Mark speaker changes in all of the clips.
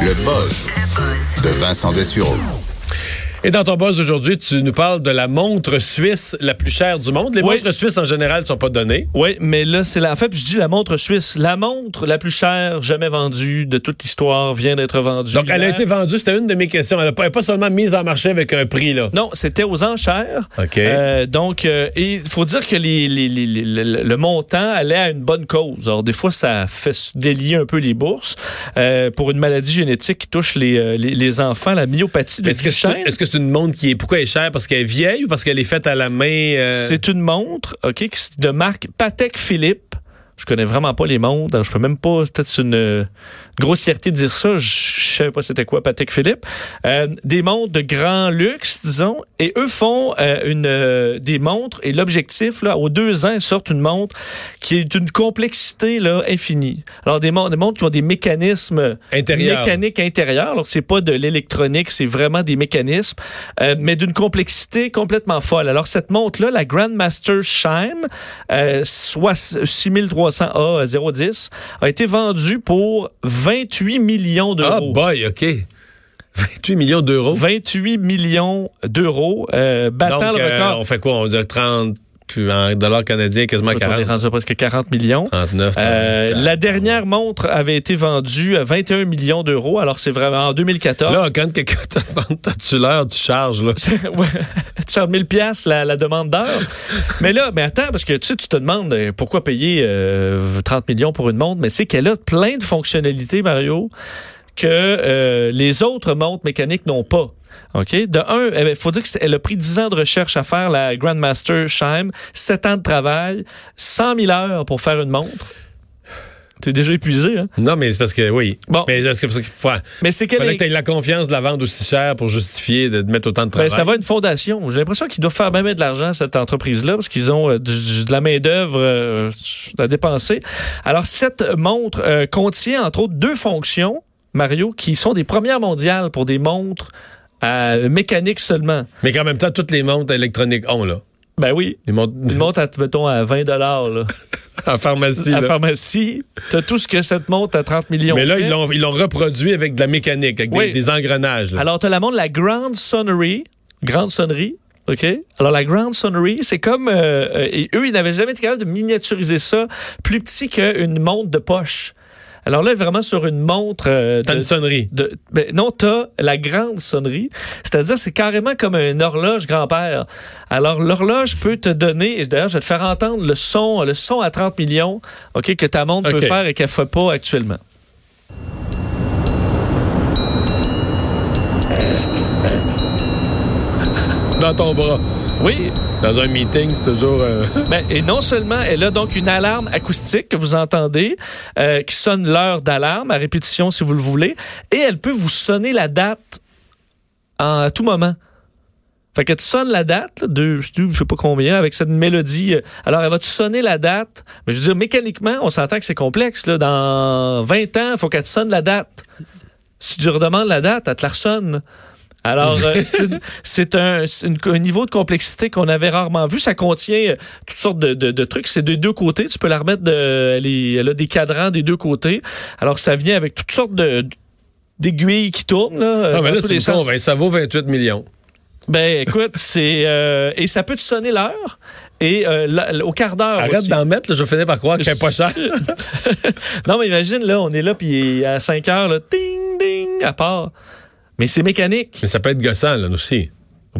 Speaker 1: Le buzz de Vincent Dessureau.
Speaker 2: Et dans ton boss d'aujourd'hui, tu nous parles de la montre suisse la plus chère du monde. Les
Speaker 3: Oui.
Speaker 2: montres suisses en général sont pas données.
Speaker 3: Oui, mais là, c'est la. En fait, je dis la montre suisse. La montre la plus chère jamais vendue de toute l'histoire vient d'être vendue.
Speaker 2: Donc, elle a
Speaker 3: hier.
Speaker 2: été vendue, c'était une de mes questions. Elle n'a pas, elle est pas seulement mise en marché avec un prix, là.
Speaker 3: Non, c'était aux enchères.
Speaker 2: OK.
Speaker 3: Euh, donc, euh, et il faut dire que les, les- les- les- le, le montant allait à une bonne cause. Alors, des fois, ça fait s- délier un peu les bourses euh, pour une maladie génétique qui touche les, euh, les, les enfants, la myopathie de
Speaker 2: Est-ce que c'est
Speaker 3: Duchenne.
Speaker 2: est-ce que c'est une montre qui est. Pourquoi elle est chère? Parce qu'elle est vieille ou parce qu'elle est faite à la main? euh,
Speaker 3: C'est une montre, OK, qui s- de marque Patek Philippe. Je connais vraiment pas les montres. Alors, Je peux même pas. Peut-être c'est une euh, grossièreté de dire ça. Je, je savais pas c'était quoi Patek Philippe. Euh, des montres de grand luxe, disons. Et eux font euh, une euh, des montres et l'objectif là, aux deux ans, ils sortent une montre qui est d'une complexité là infinie. Alors des montres, des montres qui ont des mécanismes
Speaker 2: Intérieurs.
Speaker 3: mécaniques intérieures. Alors c'est pas de l'électronique, c'est vraiment des mécanismes, euh, mais d'une complexité complètement folle. Alors cette montre là, la Grandmaster Shime, euh, soit 6300 A 010, a été vendue pour 28 millions
Speaker 2: Ah,
Speaker 3: d'euros.
Speaker 2: boy, OK. 28 millions d'euros.
Speaker 3: 28 millions d'euros, euh, battant
Speaker 2: Donc,
Speaker 3: le
Speaker 2: euh,
Speaker 3: record.
Speaker 2: on fait quoi? On dit 30 en euh, dollars canadiens, quasiment
Speaker 3: on est
Speaker 2: 40.
Speaker 3: rendu à presque 40 millions.
Speaker 2: 39.
Speaker 3: Euh,
Speaker 2: 30.
Speaker 3: la dernière montre avait été vendue à 21 millions d'euros. Alors, c'est vraiment en 2014.
Speaker 2: Là, quand quelqu'un te demande ta tueur, tu charges, là.
Speaker 3: Ouais, tu charges 1000 pièces la, la demande d'heure. mais là, mais attends, parce que tu sais, tu te demandes euh, pourquoi payer euh, 30 millions pour une montre, mais c'est qu'elle a plein de fonctionnalités, Mario, que euh, les autres montres mécaniques n'ont pas. OK? De un, il faut dire qu'elle a pris 10 ans de recherche à faire, la Grandmaster Scheim, 7 ans de travail, 100 000 heures pour faire une montre. T'es déjà épuisé, hein?
Speaker 2: Non, mais c'est parce que, oui.
Speaker 3: Bon.
Speaker 2: Mais c'est parce qu'il faut.
Speaker 3: Mais c'est qu'elle
Speaker 2: fallait
Speaker 3: est-
Speaker 2: que tu la confiance de la vente aussi chère pour justifier de de mettre autant de
Speaker 3: Ben,
Speaker 2: travail.
Speaker 3: ça va à une fondation. J'ai l'impression qu'ils doivent faire même de l'argent, cette entreprise-là, parce qu'ils ont euh, du- du- de la main-d'œuvre euh, à dépenser. Alors, cette montre euh, contient, entre autres, deux fonctions, Mario, qui sont des premières mondiales pour des montres euh, mécaniques seulement.
Speaker 2: Mais qu'en même temps, toutes les montres électroniques ont, là.
Speaker 3: Ben oui.
Speaker 2: Les montres
Speaker 3: Une montre, à, mettons, à 20 là,
Speaker 2: en pharmacie.
Speaker 3: à la
Speaker 2: là.
Speaker 3: pharmacie, t'as tout ce que cette montre à 30 millions.
Speaker 2: Mais là,
Speaker 3: fait.
Speaker 2: ils l'ont, ils l'ont reproduit avec de la mécanique, avec des,
Speaker 3: Oui.
Speaker 2: des engrenages. là.
Speaker 3: Alors, tu la montre, la Grande Sonnery. Grande Sonnerie. OK? Alors, la Grande Sonnery, c'est comme. euh, euh, et eux, ils n'avaient jamais été capables de miniaturiser ça plus petit qu'une montre de poche. Alors là, vraiment sur une montre. euh,
Speaker 2: T'as
Speaker 3: de-
Speaker 2: une sonnerie.
Speaker 3: de- ben, non, t'as la grande sonnerie. C'est-à-dire, c'est carrément comme une horloge grand-père. Alors, l'horloge peut te donner, et d'ailleurs, je vais te faire entendre le son, le son à 30 millions, OK, que ta montre
Speaker 2: OK.
Speaker 3: peut faire et qu'elle ne fait pas actuellement.
Speaker 2: Dans ton bras.
Speaker 3: Oui,
Speaker 2: Dans un meeting, c'est toujours. euh,
Speaker 3: Ben, et non seulement elle a donc une alarme acoustique que vous entendez, euh, qui sonne l'heure d'alarme à répétition si vous le voulez, et elle peut vous sonner la date en- à tout moment. Fait que tu sonnes la date, là, de je sais- je sais pas combien, avec cette mélodie. euh, Alors, elle va te sonner la date. Mais je veux dire, mécaniquement, on s'entend que c'est complexe. Là. Dans 20 ans, il faut qu'elle te sonne la date. Si tu lui redemandes la date, elle te la ressonne. Alors, euh, c'est une- c'est un, c'est une- un niveau de complexité qu'on avait rarement vu. Ça contient euh, toutes sortes de, de- de trucs. C'est des deux côtés. Tu peux la remettre, de, elle, est- elle a des cadrans des deux côtés. Alors, ça vient avec toutes sortes de d'aiguilles qui tournent. Là,
Speaker 2: Non, mais
Speaker 3: dans
Speaker 2: là,
Speaker 3: tous
Speaker 2: tu
Speaker 3: les
Speaker 2: me
Speaker 3: sens.
Speaker 2: convaincs. Ça vaut 28 millions.
Speaker 3: Ben écoute, c'est euh, et ça peut te sonner l'heure et euh, la- la- au quart d'heure
Speaker 2: Arrête
Speaker 3: aussi.
Speaker 2: d'en mettre, là, je finis par croire qu'elle est pas chère.
Speaker 3: Non mais imagine là, on est là puis à 5 heures là, ding ding à part. Mais c'est mécanique.
Speaker 2: Mais ça peut être gossant, là, aussi.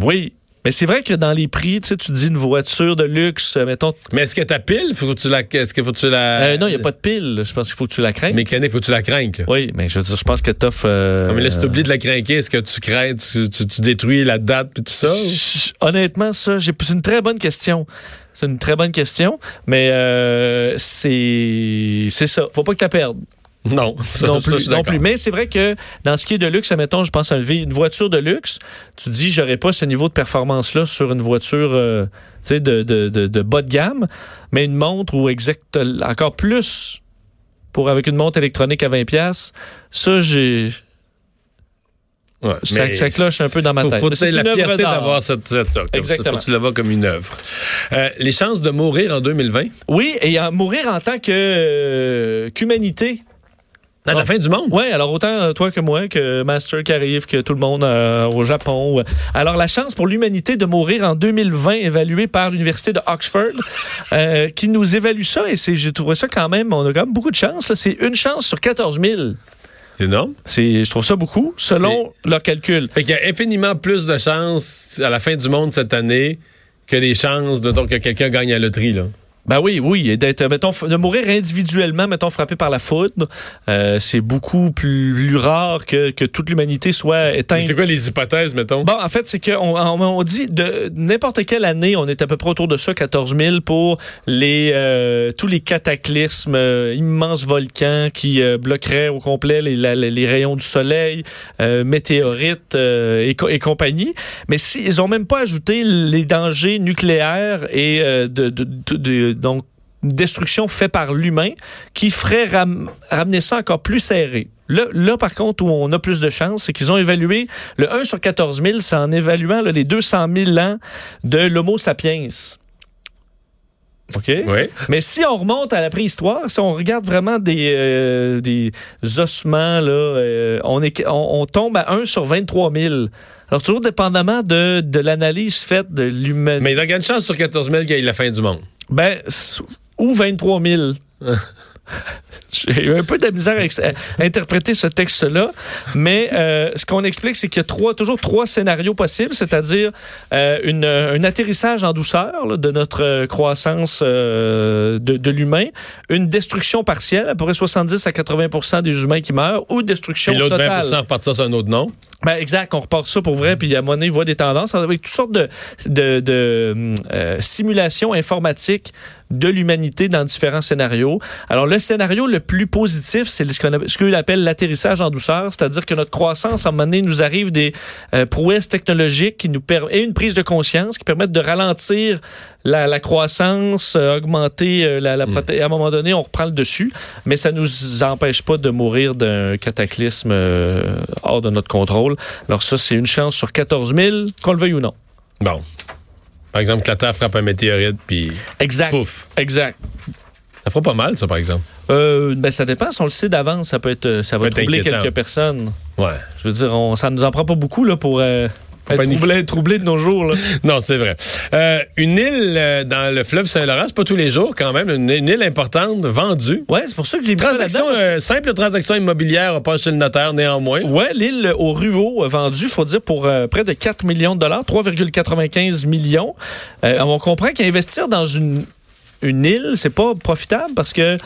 Speaker 3: Oui. Mais c'est vrai que dans les prix, tu sais, tu dis une voiture de luxe, euh, mettons.
Speaker 2: Mais est-ce que ta pile, faut que tu la. Est-ce que faut que tu la.
Speaker 3: Euh, non, il n'y a pas de pile. là. Je pense qu'il faut que tu la craignes.
Speaker 2: Mécanique, faut que tu la craignes, là.
Speaker 3: Oui, mais je veux dire, je pense que t'offres. euh,
Speaker 2: Non, mais là, si t'oublies de la craquer, est-ce que tu crains, tu, tu- tu détruis la date et tout ça? ou-
Speaker 3: Ch- Honnêtement, ça, j'ai- c'est une très bonne question. C'est une très bonne question, mais euh, c'est c'est ça. Faut pas que tu la perdes.
Speaker 2: Non, ça,
Speaker 3: non
Speaker 2: ça, je
Speaker 3: plus,
Speaker 2: suis
Speaker 3: non
Speaker 2: d'accord.
Speaker 3: plus. Mais c'est vrai que dans ce qui est de luxe, admettons, je pense à un vé- une voiture de luxe, tu dis, j'aurais pas ce niveau de performance-là sur une voiture euh, tu sais, de, de, de, de bas de gamme, mais une montre ou exact, encore plus pour avec une montre électronique à 20$, ça, j'ai.
Speaker 2: Ouais,
Speaker 3: Ça-
Speaker 2: mais
Speaker 3: ça cloche un peu dans ma
Speaker 2: faut-
Speaker 3: tête.
Speaker 2: Faut
Speaker 3: Mais
Speaker 2: que tu aies
Speaker 3: c'est
Speaker 2: la
Speaker 3: une œuvre
Speaker 2: fierté
Speaker 3: d'art.
Speaker 2: d'avoir cette. cette ça, comme ça,
Speaker 3: Exactement.
Speaker 2: faut que tu la vois comme une œuvre. Euh, les chances de mourir en 2020?
Speaker 3: Oui, et en- mourir en tant que euh, qu'humanité.
Speaker 2: À la fin du monde?
Speaker 3: Oui, alors autant euh, toi que moi, que Master qui arrive, que tout le monde euh, au Japon. ouais. Alors, la chance pour l'humanité de mourir en 2020, évaluée par l'Université de Oxford, euh, qui nous évalue ça, et c'est, j'ai trouvé ça quand même, on a quand même beaucoup de chance. là. C'est une chance sur 14 000.
Speaker 2: C'est énorme.
Speaker 3: C'est, je trouve ça beaucoup, selon leurs calculs.
Speaker 2: Fait qu'il y a infiniment plus de chances à la fin du monde cette année que des chances, de que quelqu'un gagne la loterie, là.
Speaker 3: Ben oui, oui, et d'être, mettons, f- de mourir individuellement, mettons, frappé par la foudre, euh, c'est beaucoup plus, plus rare que, que toute l'humanité soit
Speaker 2: Mais
Speaker 3: éteinte.
Speaker 2: C'est quoi les hypothèses, mettons?
Speaker 3: Bon, en fait, c'est qu'on on, on dit de n'importe quelle année, on est à peu près autour de ça, 14 000 pour les euh, tous les cataclysmes, euh, immenses volcans qui euh, bloqueraient au complet les, la- les- les rayons du soleil, euh, météorites euh, et, co- et compagnie. Mais si, ils ont même pas ajouté les dangers nucléaires et euh, de, de- de- de- donc une destruction faite par l'humain qui ferait ram- ramener ça encore plus serré. Là, là, par contre, où on a plus de chance, c'est qu'ils ont évalué le 1 sur 14 000, c'est en évaluant là, les 200 000 ans de l'Homo sapiens. OK?
Speaker 2: Oui.
Speaker 3: Mais si on remonte à la préhistoire, si on regarde vraiment des, euh, des ossements, là, euh, on, est, on, on tombe à 1 sur 23 000. Alors, toujours dépendamment de, de l'analyse faite de l'humanité.
Speaker 2: Mais il y a une chance sur 14 000 qu'il y ait la fin du monde.
Speaker 3: Ben, s- ou 23 000. J'ai eu un peu de misère à, ex- à interpréter ce texte-là, mais euh, ce qu'on explique, c'est qu'il y a trois, toujours trois scénarios possibles, c'est-à-dire euh, une, euh, un atterrissage en douceur là, de notre euh, croissance euh, de, de l'humain, une destruction partielle, à peu près 70 à 80 des humains qui meurent, ou destruction
Speaker 2: Et l'autre 20
Speaker 3: totale.
Speaker 2: repart ça sur un autre nom.
Speaker 3: Ben exact, on repart ça pour vrai, puis à mon avis, voit des tendances avec toutes sortes de, de, de, hum, euh, simulations informatiques de l'humanité dans différents scénarios. Alors, le scénario le plus positif, c'est ce qu'on appelle- ce qu'on appelle l'atterrissage en douceur, c'est-à-dire que notre croissance, à un moment donné, nous arrive des euh, prouesses technologiques qui nous per- et une prise de conscience qui permettent de ralentir la, la croissance, euh, augmenter euh, la, la
Speaker 2: Mm.
Speaker 3: proté- À un moment donné, on reprend le dessus, mais ça nous empêche pas de mourir d'un cataclysme euh, hors de notre contrôle. Alors ça, c'est une chance sur 14 000, qu'on le veuille ou non.
Speaker 2: Bon. Par exemple, que la Terre frappe un météorite, puis
Speaker 3: Exact.
Speaker 2: pouf.
Speaker 3: Exact.
Speaker 2: Ça fera pas mal, ça, par exemple.
Speaker 3: Euh, ben ça dépend. Si on le sait d'avance, ça peut être, euh, ça va
Speaker 2: Peut être
Speaker 3: troubler
Speaker 2: inquiétant.
Speaker 3: quelques personnes.
Speaker 2: Ouais.
Speaker 3: Je veux dire, on, ça ne nous en prend pas beaucoup là pour euh, être
Speaker 2: paniquer.
Speaker 3: troublé, troublé de nos jours. là.
Speaker 2: Non, c'est vrai. Euh, une île euh, dans le fleuve Saint-Laurent, c'est pas tous les jours, quand même. Une, une île importante, vendue.
Speaker 3: Ouais, c'est pour ça que j'ai mis ça là-dedans.
Speaker 2: Transaction, euh, simple transaction immobilière, on passe chez le notaire, néanmoins.
Speaker 3: Ouais, l'île au Ruau euh, vendue, faut dire, pour euh, près de 4 millions de dollars, 3,95 millions. Euh, on comprend qu'investir dans une, une île, c'est pas profitable parce que.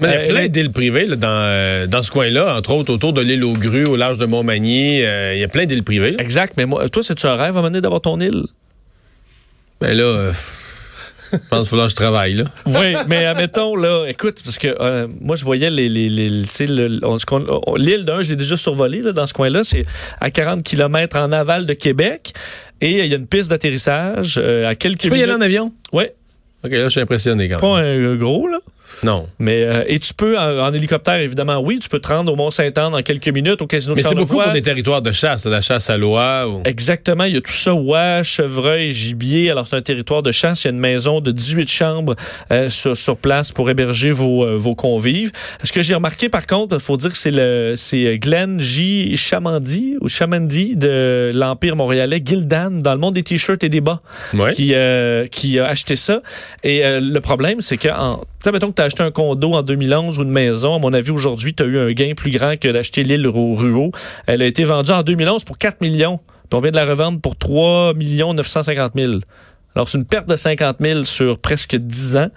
Speaker 2: Mais il y
Speaker 3: euh,
Speaker 2: a plein
Speaker 3: elle-
Speaker 2: d'îles privées là, dans, euh, dans ce coin-là, entre autres autour de l'île aux grues, au large de Montmagny. euh, Il y a plein d'îles privées. là.
Speaker 3: Exact, mais moi, toi, c'est-tu un rêve à un moment donné d'avoir ton île?
Speaker 2: Ben là, euh, je pense qu'il faut que je travaille. Là.
Speaker 3: Oui, mais admettons, là, écoute, parce que euh, moi, je voyais les, les, les- tu sais, le- on- ce qu'on- on- l'île d'un, je l'ai déjà survolée là, dans ce coin-là. C'est à 40 km en aval de Québec. Et euh, il y a une piste d'atterrissage euh, à quelques
Speaker 2: Tu peux y aller en
Speaker 3: minutes.
Speaker 2: avion?
Speaker 3: Ouais,
Speaker 2: OK, là, je suis impressionné quand même.
Speaker 3: pas un un gros, là.
Speaker 2: Non.
Speaker 3: Mais euh, et tu peux en, en hélicoptère évidemment oui, tu peux te rendre au Mont Saint-Anne en quelques minutes au casino de
Speaker 2: Mais c'est beaucoup
Speaker 3: Charlevoix.
Speaker 2: pour des territoires de chasse, là, la chasse à l'oie. Ou...
Speaker 3: Exactement, il y a tout ça, oies, chevreuil, gibier. Alors c'est un territoire de chasse, il y a une maison de 18 chambres euh, sur, sur place pour héberger vos, euh, vos convives. Ce que j'ai remarqué par contre, faut dire que c'est le c'est Glenn J Chamandy ou Chamandy de l'Empire montréalais Gildan dans le monde des t-shirts et des bas
Speaker 2: Ouais.
Speaker 3: qui, euh, qui a acheté ça. Et euh, le problème, c'est que, en- tu sais, mettons que tu as acheté un condo en 2011 ou une maison, à mon avis, aujourd'hui, tu as eu un gain plus grand que d'acheter l'île au Ruau. Elle a été vendue en 2011 pour 4 millions. Puis on vient de la revendre pour 3 950 000. Alors, c'est une perte de 50 000 sur presque 10 ans.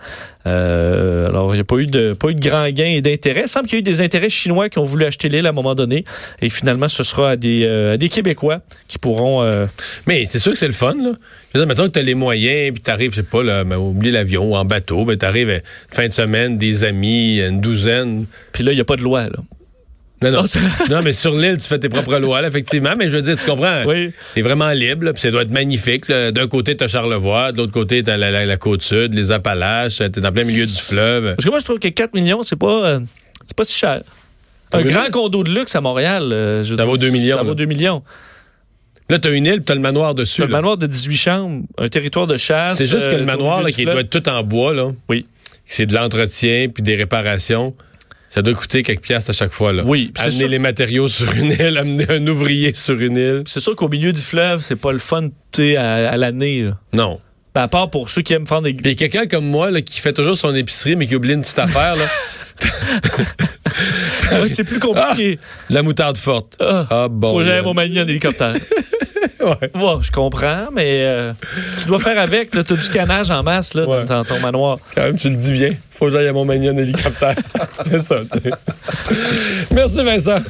Speaker 3: Euh, alors, il n'y a pas eu, de, pas eu de grand gain et d'intérêt. Il semble qu'il y a eu des intérêts chinois qui ont voulu acheter l'île à un moment donné. Et finalement, ce sera à des, euh, à des Québécois qui pourront... euh,
Speaker 2: Mais c'est sûr que c'est le fun. Là. Je veux dire, mettons que tu as les moyens, puis tu arrives, je sais pas, là, mais oublie l'avion ou en bateau, ben, tu arrives euh, fin de semaine, des amis, une douzaine.
Speaker 3: Puis là, il n'y a pas de loi, là.
Speaker 2: Non, non.
Speaker 3: Non, c'est-
Speaker 2: non, mais sur l'île, tu fais tes propres lois, là, effectivement. Mais je veux dire, tu comprends?
Speaker 3: Oui.
Speaker 2: T'es vraiment libre, là, puis ça doit être magnifique. là. D'un côté, t'as Charlevoix, de l'autre côté, t'as la, la- la côte sud, les Appalaches, t'es en plein milieu du fleuve.
Speaker 3: Parce que moi, je trouve que 4 millions, c'est pas, euh, c'est pas si cher. Un
Speaker 2: Oui.
Speaker 3: grand condo de luxe à Montréal, euh, je veux
Speaker 2: Ça
Speaker 3: dire,
Speaker 2: vaut 2 millions,
Speaker 3: Ça vaut
Speaker 2: là.
Speaker 3: 2 millions.
Speaker 2: Là, t'as une île, puis t'as le manoir dessus.
Speaker 3: C'est un
Speaker 2: là.
Speaker 3: manoir de 18 chambres, un territoire de chasse.
Speaker 2: C'est juste que
Speaker 3: euh,
Speaker 2: le
Speaker 3: au
Speaker 2: manoir,
Speaker 3: milieu
Speaker 2: là,
Speaker 3: du
Speaker 2: qui
Speaker 3: fleuve.
Speaker 2: doit être tout en bois, là.
Speaker 3: Oui.
Speaker 2: C'est de l'entretien, puis des réparations. Ça doit coûter quelques piastres à chaque fois. Là.
Speaker 3: Oui, puis c'est
Speaker 2: Amener
Speaker 3: sûr-
Speaker 2: les matériaux sur une île, amener un ouvrier sur une île.
Speaker 3: C'est sûr qu'au milieu du fleuve, c'est pas le fun tu sais, à, à l'année. là.
Speaker 2: Non.
Speaker 3: Ben, à part pour ceux qui aiment faire des.
Speaker 2: Puis quelqu'un comme moi là, qui fait toujours son épicerie mais qui oublie une petite affaire, là,
Speaker 3: Ouais, c'est plus compliqué.
Speaker 2: de la moutarde forte.
Speaker 3: Ah.
Speaker 2: Ah bon.
Speaker 3: Faut que j'aille à
Speaker 2: là.
Speaker 3: Montmagny en hélicoptère.
Speaker 2: Ouais.
Speaker 3: Ouais, je comprends, mais euh, tu dois faire avec. Tu as du canage en masse là,
Speaker 2: Ouais.
Speaker 3: dans ton manoir.
Speaker 2: Quand même, tu le dis bien. Faut que j'aille à Montmagny en hélicoptère. C'est ça, tu sais. Merci Vincent.